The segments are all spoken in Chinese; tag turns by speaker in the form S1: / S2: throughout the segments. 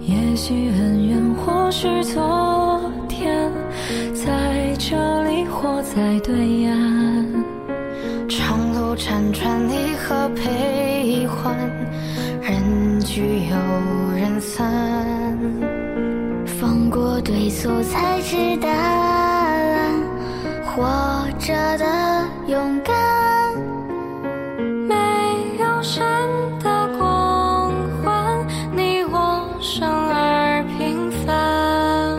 S1: 也许很远，或是昨天，在这里或在对岸。
S2: 长路辗转，离合悲欢，人聚又人散。
S3: 放过对错，才知答案。活着的勇敢，
S1: 没有神的光环，你我生而平凡。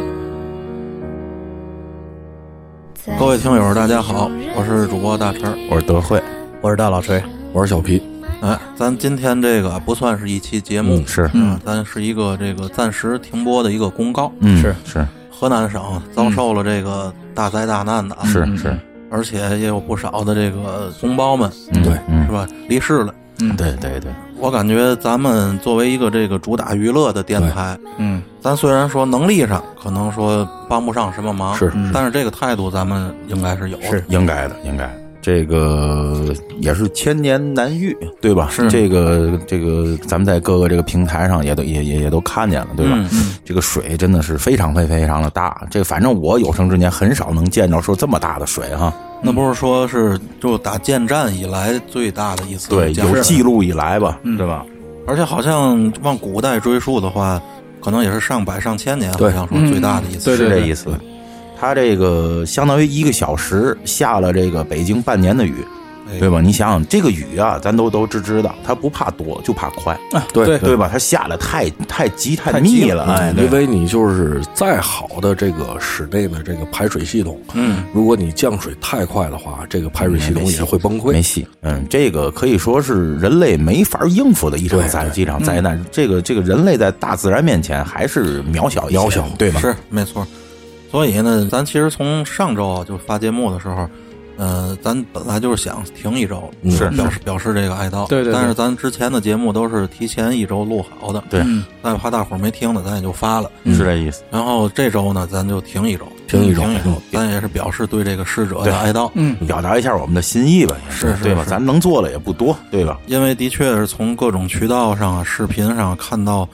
S4: 各位听友，大家好，我是主播大陈，
S5: 我是德惠，
S6: 我是大老锤，
S5: 我是小皮。
S4: 哎，咱今天这个不算是一期节目，
S5: 嗯是
S4: 嗯，咱是一个这个暂时停播的一个公告。
S5: 嗯，
S6: 是嗯
S5: 是
S4: 河南省遭受了这个大灾大难的啊，
S5: 是是，
S4: 而且也有不少的这个同胞们，
S5: 对，
S4: 是
S5: 嗯，
S4: 吧？离世了。
S6: 对
S5: 对对，
S4: 我感觉咱们作为一个这个主打娱乐的电台，
S6: 嗯，
S4: 咱虽然说能力上可能说帮不上什么忙，
S5: 是
S4: 但是这个态度咱们应该是有的。
S5: 应该的，应该的。这个也是千年难遇，对吧？
S4: 是
S5: 这个这个，咱们在各个这个平台上也都也也也都看见了，对吧？
S4: 嗯
S5: 这个水真的是非常非非常的大，这反正我有生之年很少能见着说这么大的水哈。
S4: 那不是说是就打建战以来最大的一次
S5: 对，
S4: 降
S5: 有
S4: 水
S5: 记录以来吧，对吧？
S4: 而且好像往古代追溯的话，可能也是上百上千年，好
S5: 对
S4: 像说最大的一次。
S6: 嗯对
S5: 是
S6: 对
S5: 这意思。它这个相当于一个小时下了这个北京半年的雨，
S4: 哎
S5: 对吧？你想想这个雨啊，咱都都知知道，它不怕多，就怕快，
S6: 对
S5: 对吧？它下的太太急太密
S6: 密
S5: 了，哎，对
S6: 因为你就是再好的这个室内的这个排水系统，
S4: 嗯，
S6: 如果你降水太快的话，这个排水系统也会崩
S5: 没
S6: 溃。
S5: 戏。嗯，这个可以说是人类没法应付的一场
S6: 对
S5: 灾一场灾难。这个这个人类在大自然面前还是渺小一些
S6: 渺小，对吧？
S4: 是没错。所以呢，咱其实从上周啊就发节目的时候，呃，咱本来就是想停一周，
S5: 嗯是
S4: 表示表示这个哀悼。
S6: 对对对
S4: 但是咱之前的节目都是提前一周录好的，
S5: 对嗯
S4: 嗯，但怕大伙儿没听的，咱也就发了。
S5: 是这意思。
S4: 然后这周呢，咱就停一周，
S6: 停一周
S4: 停一周
S6: 嗯，
S4: 咱也是表示对这个逝者的哀悼。
S6: 嗯，
S5: 表达一下我们的心意吧，也
S4: 是是
S5: 对吧？
S4: 是
S5: 咱能做的也不多，对吧？
S4: 因为的确是从各种渠道上啊、视频上看到，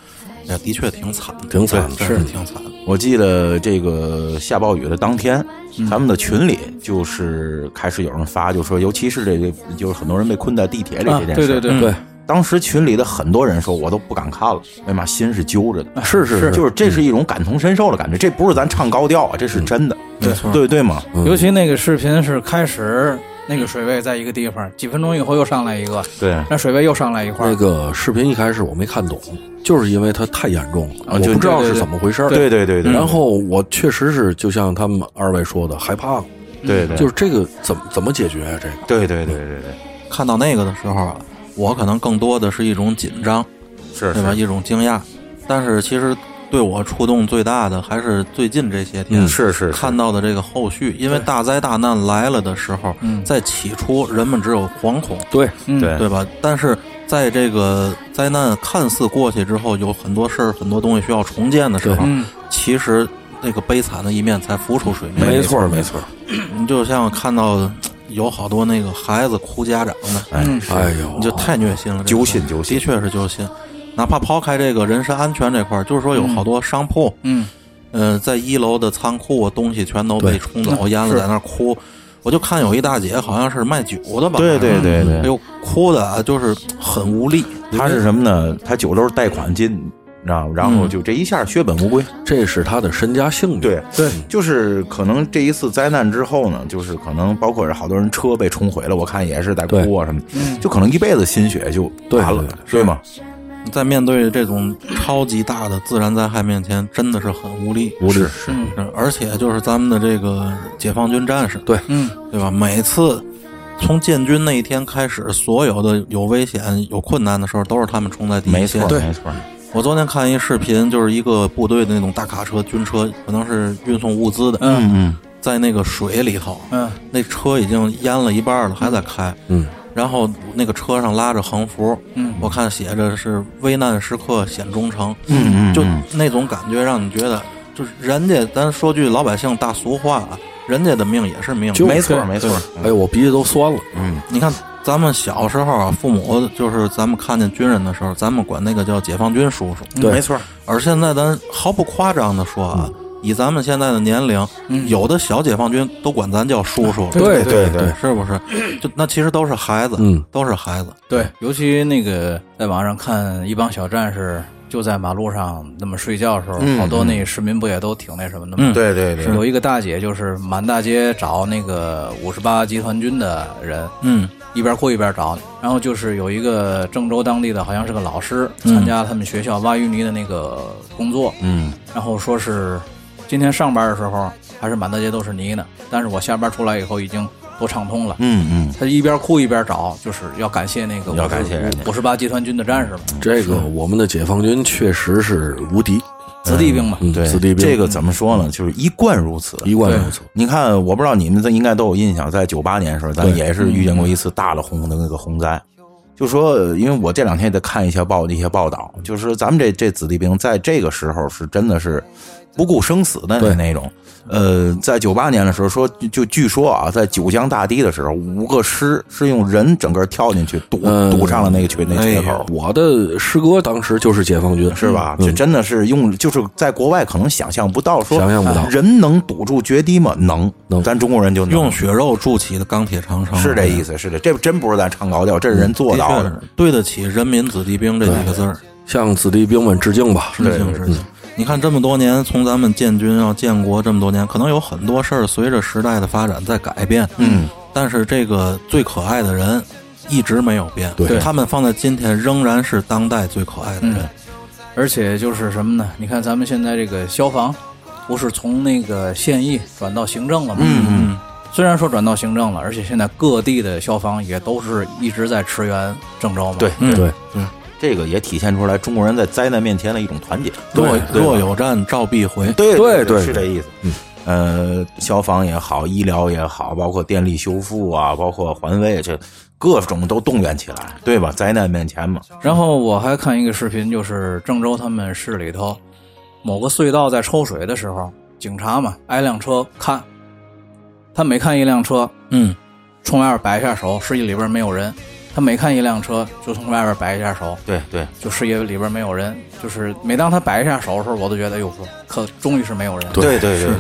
S4: 也的确挺惨的，
S6: 挺惨的
S4: 对真是
S6: 是
S4: 挺惨的。
S5: 我记得这个下暴雨的当天，咱们的群里就是开始有人发，就说，尤其是这个，就是很多人被困在地铁
S7: 啊
S5: 里这件事。
S6: 对对对
S4: 对
S6: 对，
S5: 当时群里的很多人说，我都不敢看了，哎妈，心是揪着的。
S6: 啊是是是
S5: 就是这是一种感同身受的感觉，这不是咱唱高调啊，这是真的，
S4: 没错
S5: 对对吗？
S6: 嗯
S7: 尤其那个视频是开始那个水位在一个地方，几分钟以后又上来一个，
S5: 对啊，
S7: 那水位又上来一块
S6: 那
S7: 儿。
S6: 个视频一开始我没看懂，就是因为它太严重了，
S5: 啊
S6: 我
S5: 就
S6: 不知道
S7: 对对
S6: 是
S7: 对
S6: 怎么回事儿。
S5: 对对对对，
S6: 然后我确实是就像他们二位说的，害怕了。
S5: 对对，
S6: 就是这个怎么怎么解决啊？这个
S5: 对对对对对，
S4: 看到那个的时候啊，我可能更多的是一种紧张，
S5: 是
S4: 对吧？
S5: 是
S4: 一种惊讶。但是其实对我触动最大的还是最近这些天，
S5: 嗯是是是
S4: 看到的这个后续，因为大灾大难来了的时候，在起初人们只有惶恐，
S6: 嗯对
S5: 嗯对
S4: 对吧？但是在这个灾难看似过去之后，有很多事儿、很多东西需要重建的时候，
S7: 嗯
S4: 其实那个悲惨的一面才浮出水面。
S6: 没错没错。
S4: 你就像看到有好多那个孩子哭家长的，
S5: 哎，
S6: 哎呦，
S4: 你就太虐心了，这个
S5: 揪心揪心
S4: 的确是揪心。哪怕抛开这个人身安全这块儿，就是说有好多商铺，
S7: 嗯，
S4: 呃，在一楼的仓库东西全都被冲
S5: 嗯
S4: 走，淹了，在那儿哭。我就看有一大姐，好像是卖酒的吧，
S5: 对对对对
S4: 哎呦，哭的啊，就是很无力。
S5: 他是什么呢？他酒都是贷款进，你知道吗？然
S6: 嗯
S5: 后就这一下血本无归。
S6: 这是他的身家性嗯命。
S5: 对对，就是可能这一次灾难之后呢，就是可能包括是好多人车被冲毁了，我看也是在哭啊什么，就可能一辈子心血就完了
S6: 嗯对对，
S5: 对吗？
S4: 在面对这种超级大的自然灾害面前，真的是很无力。
S5: 无力
S4: 嗯，而且就是咱们的这个解放军战士，
S6: 对，
S7: 嗯，
S4: 对吧？每次从建军那一天开始，所有的有危险、有困难的时候，都是他们冲在第一
S5: 没
S4: 线
S5: 错。，没错，
S4: 我昨天看一视频，就是一个部队的那种大卡车、军车，可能是运送物资的，
S7: 嗯
S5: 嗯，
S4: 在那个水里头，
S7: 嗯，
S4: 那车已经淹了一半了，还在开，
S6: 嗯，
S4: 然后那个车上拉着横幅，嗯，我看写着是“危难时刻显忠诚”，嗯嗯，就那种感觉让你觉得，就是人家，咱说句老百姓大俗话啊，人家的命也是命，
S6: 就
S5: 没错没错，嗯
S6: 哎呦，我鼻子都酸了。
S4: 你看咱们小时候啊，父母就是咱们看见军人的时候，咱们管那个叫解放军叔叔。
S6: 对
S5: 没错儿，
S4: 而现在咱毫不夸张的说啊，以咱们现在的年龄，有的小解放军都管咱叫叔叔了。
S6: 对
S5: 对
S6: 对
S5: 对，
S4: 是不是？就那其实都是孩子，
S6: 嗯，
S4: 都是孩子。
S7: 对，尤其那个在网上看一帮小战士就在马路上那么睡觉的时候，
S5: 嗯
S7: 好多那市民不也都挺那什么的吗？
S4: 嗯
S5: 对对对，
S7: 有一个大姐就是满大街找那个五十八集团军的人，
S4: 嗯
S7: 一边哭一边找。然后就是有一个郑州当地的，好像是个老师，
S4: 嗯
S7: 参加他们学校挖淤泥的那个工作，
S5: 嗯，
S7: 然后说是今天上班的时候还是满大街都是泥呢，但是我下班出来以后已经都畅通了。
S5: 嗯嗯，
S7: 他一边哭一边找，就是要感谢那个
S5: 要感谢人家
S7: 五十八集团军的战士们，
S6: 这个我们的解放军确实是无敌，
S7: 子弟兵嘛。
S6: 嗯，
S5: 对，
S6: 子弟兵
S5: 这个怎么说呢？就是一贯如此，
S6: 一贯如此。
S5: 你看，我不知道你们这应该都有印象，在九八年的时候，咱也是遇见过一次大的洪的那个洪灾。就说，呃因为我这两天也在看一些报一些报道，就是咱们这这子弟兵在这个时候是真的是不顾生死的
S6: 对
S5: 那种。呃，在九八年的时候说，就就据说啊，在九江大堤的时候，五个师是用人整个跳进去堵
S6: 嗯
S5: 堵上了那个缺那
S4: 哎
S5: 缺
S4: 呦
S5: 口。
S6: 我的师哥当时就是解放军，
S5: 是吧？
S6: 嗯
S5: 就真的是用，就是在国外可能想象不到，说
S6: 想象不到
S5: 人能堵住决堤吗？能，
S6: 能
S5: 咱中国人就能
S4: 用血肉筑起的钢铁长城，
S5: 是这意思，是这，这真不是咱唱高调，这是人做
S4: 的
S5: 到
S4: 确是
S5: 的。
S4: 对得起“人民子弟兵”这几个字儿，
S6: 向子弟兵们致敬吧。嗯
S4: 致敬致敬。你看这么多年，从咱们建军啊、建国这么多年，可能有很多事儿随着时代的发展在改变，
S5: 嗯，
S4: 但是这个最可爱的人一直没有变，
S6: 对
S4: 他们放在今天仍然是当代最可爱的
S5: 嗯
S4: 人。
S7: 而且就是什么呢？你看咱们现在这个消防，不是从那个县役转到行政了吗？嗯嗯。虽然说转到行政了，而且现在各地的消防也都是一直在驰援郑州嘛。
S5: 对，
S4: 嗯
S6: 对，
S5: 这个也体现出来中国人在灾难面前的一种团结。
S4: 若
S5: 对
S4: 若有战，召必回。
S5: 对
S6: 对对
S5: 是这意思。嗯，呃，消防也好，医疗也好，包括电力修复啊，包括环卫，这各种都动员起来，对吧？灾难面前嘛，
S7: 然后我还看一个视频，就是郑州他们市里头某个隧道在抽水的时候，警察嘛挨辆车看，他每看一辆车，
S4: 嗯，
S7: 冲外边摆一下手，视野里边没有人；他每看一辆车，就从外边摆一下手，
S5: 对对，
S7: 就视野里边没有人。就是每当他摆一下手的时候，我都觉得，哎呦，可终于是没有人。
S5: 对对对对。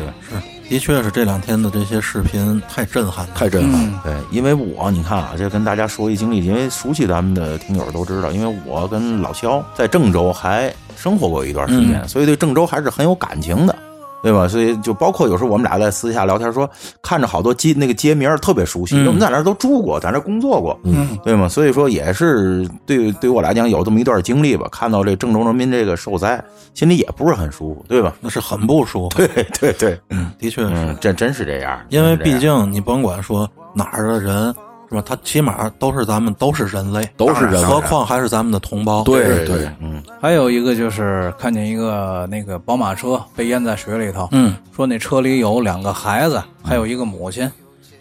S4: 的确是这两天的这些视频太震撼了，
S6: 太震撼了。
S7: 嗯，
S5: 对，因为我你看啊，这跟大家说一经历，因为熟悉咱们的听友都知道，因为我跟老肖在郑州还生活过一段时间，所以对郑州还是很有感情的，对吧？所以就包括有时候我们俩在私下聊天说，看着好多街那个街名儿特别熟悉，因为我们在那儿都住过，在那儿工作过，嗯，对吗？所以说也是对对我来讲有这么一段经历吧，看到这郑州人民这个受灾，心里也不是很舒服，对吧？
S4: 那是很不舒服。
S5: 对对对，
S4: 的确是，
S5: 嗯，这真是这样，
S4: 因为
S5: 真是这样
S4: 毕竟你甭管说哪儿的人是吧，他起码都是咱们都是人类，
S6: 都是人类
S4: 何况还是咱们的同胞。
S6: 对
S5: 对
S6: 对，
S5: 嗯，
S7: 还有一个就是看见一个那个宝马车被淹在水里头，
S4: 嗯，
S7: 说那车里有两个孩子，还有一个母亲，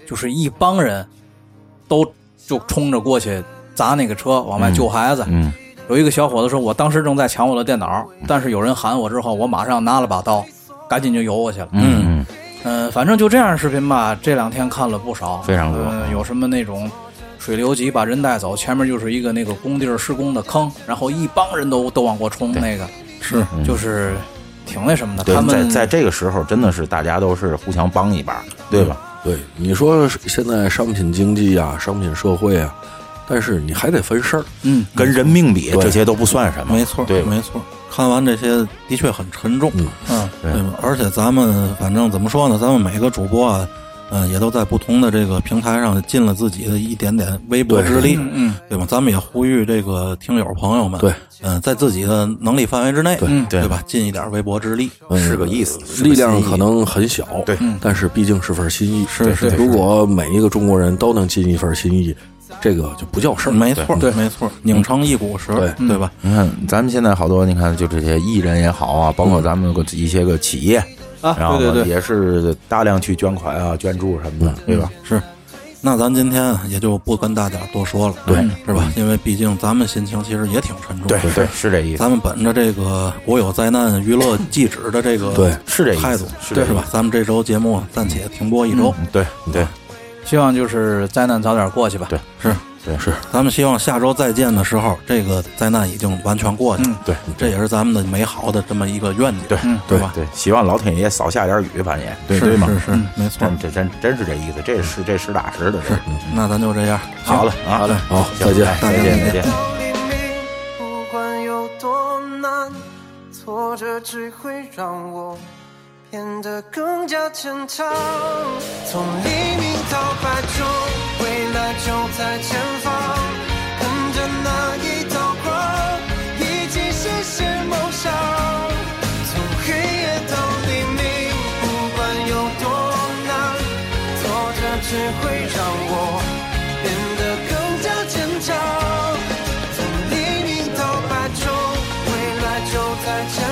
S7: 就是一帮人都就冲着过去砸那个车，往外救孩子。
S5: 嗯
S7: 有一个小伙子说，我当时正在抢我的电脑，但是有人喊我之后，我马上拿了把刀，赶紧就游过去了。
S5: 嗯嗯，
S7: 嗯、反正就这样的视频吧，这两天看了不少，
S5: 非常多
S7: 嗯、有什么那种水流急把人带走，前面就是一个那个工地儿施工的坑，然后一帮人都都往过冲，那个是就是挺那什么
S5: 嗯
S7: 的。
S5: 对
S7: 他，
S5: 在
S7: 们
S5: 在这个时候，真的是大家都是互相帮一把，对吧？
S6: 对，你说现在商品经济啊，商品社会啊，但是你还得分事儿。
S7: 嗯，
S5: 跟人命比，
S6: 对
S5: 这些都不算什么。
S4: 没错，
S5: 对吧
S4: 没错。看完这些的确很沉重，嗯
S5: 对
S4: 对吧？而且咱们反正怎么说呢，咱们每个主播啊，嗯、也都在不同的这个平台上尽了自己的一点点微薄之力，
S7: 嗯，
S4: 对吧？咱们也呼吁这个听友朋友们，
S6: 对，
S4: 嗯、在自己的能力范围之内，
S7: 嗯
S4: 对
S5: 对
S4: 吧？尽一点微薄之力，
S6: 嗯
S5: 是个意思是个
S6: 力量
S5: 心意
S6: 可能很小，
S5: 对嗯，
S6: 但是毕竟是份心意。
S4: 是是是
S6: 如果每一个中国人都能尽一份心意，这个就不叫事儿。
S4: 没错，对，没错，拧成一股绳，
S6: 对
S4: 对吧？
S5: 你看，咱们现在好多，你看，就这些艺人也好啊，包括咱们个一些个企业，
S7: 啊
S5: 然后
S7: 对对对
S5: 也是大量去捐款啊、捐助什么的，对吧？
S4: 是，那咱今天啊也就不跟大家多说了，对，是吧？因为毕竟咱们心情其实也挺沉重，
S5: 对对，是这意思，
S4: 咱们本着这个“我有灾难娱乐记址”的这个
S6: 对
S5: 是这意思
S4: 态度，
S5: 是这意思嗯
S4: 是吧？咱们这周节目暂且停播一周，
S5: 对对
S7: 希望就是灾难早点过去吧。
S5: 对，
S4: 是
S5: 对，是
S4: 咱们希望下周再见的时候，这个灾难已经完全过去了。
S5: 嗯对
S4: 这也是咱们的美好的这么一个愿景，
S5: 对
S4: 对吧？
S5: 对，希望老天爷少下点雨吧，你对
S4: 是
S5: 对吗？嗯
S4: 是是，没错。
S5: 真这真真是这意思，这是这实打实的。是，
S4: 那咱就这样，
S5: 好了啊，好嘞，
S6: 好，再见。
S5: 再见再见。
S8: 黎明，不管有多难，挫折只会让我变得更加坚强。从黎明到白昼，未来就在前方，跟着那一道光，一起实现梦想。从黑夜到黎明，不管有多难，挫折只会让我变得更加坚强。从黎明到白昼，未来就在前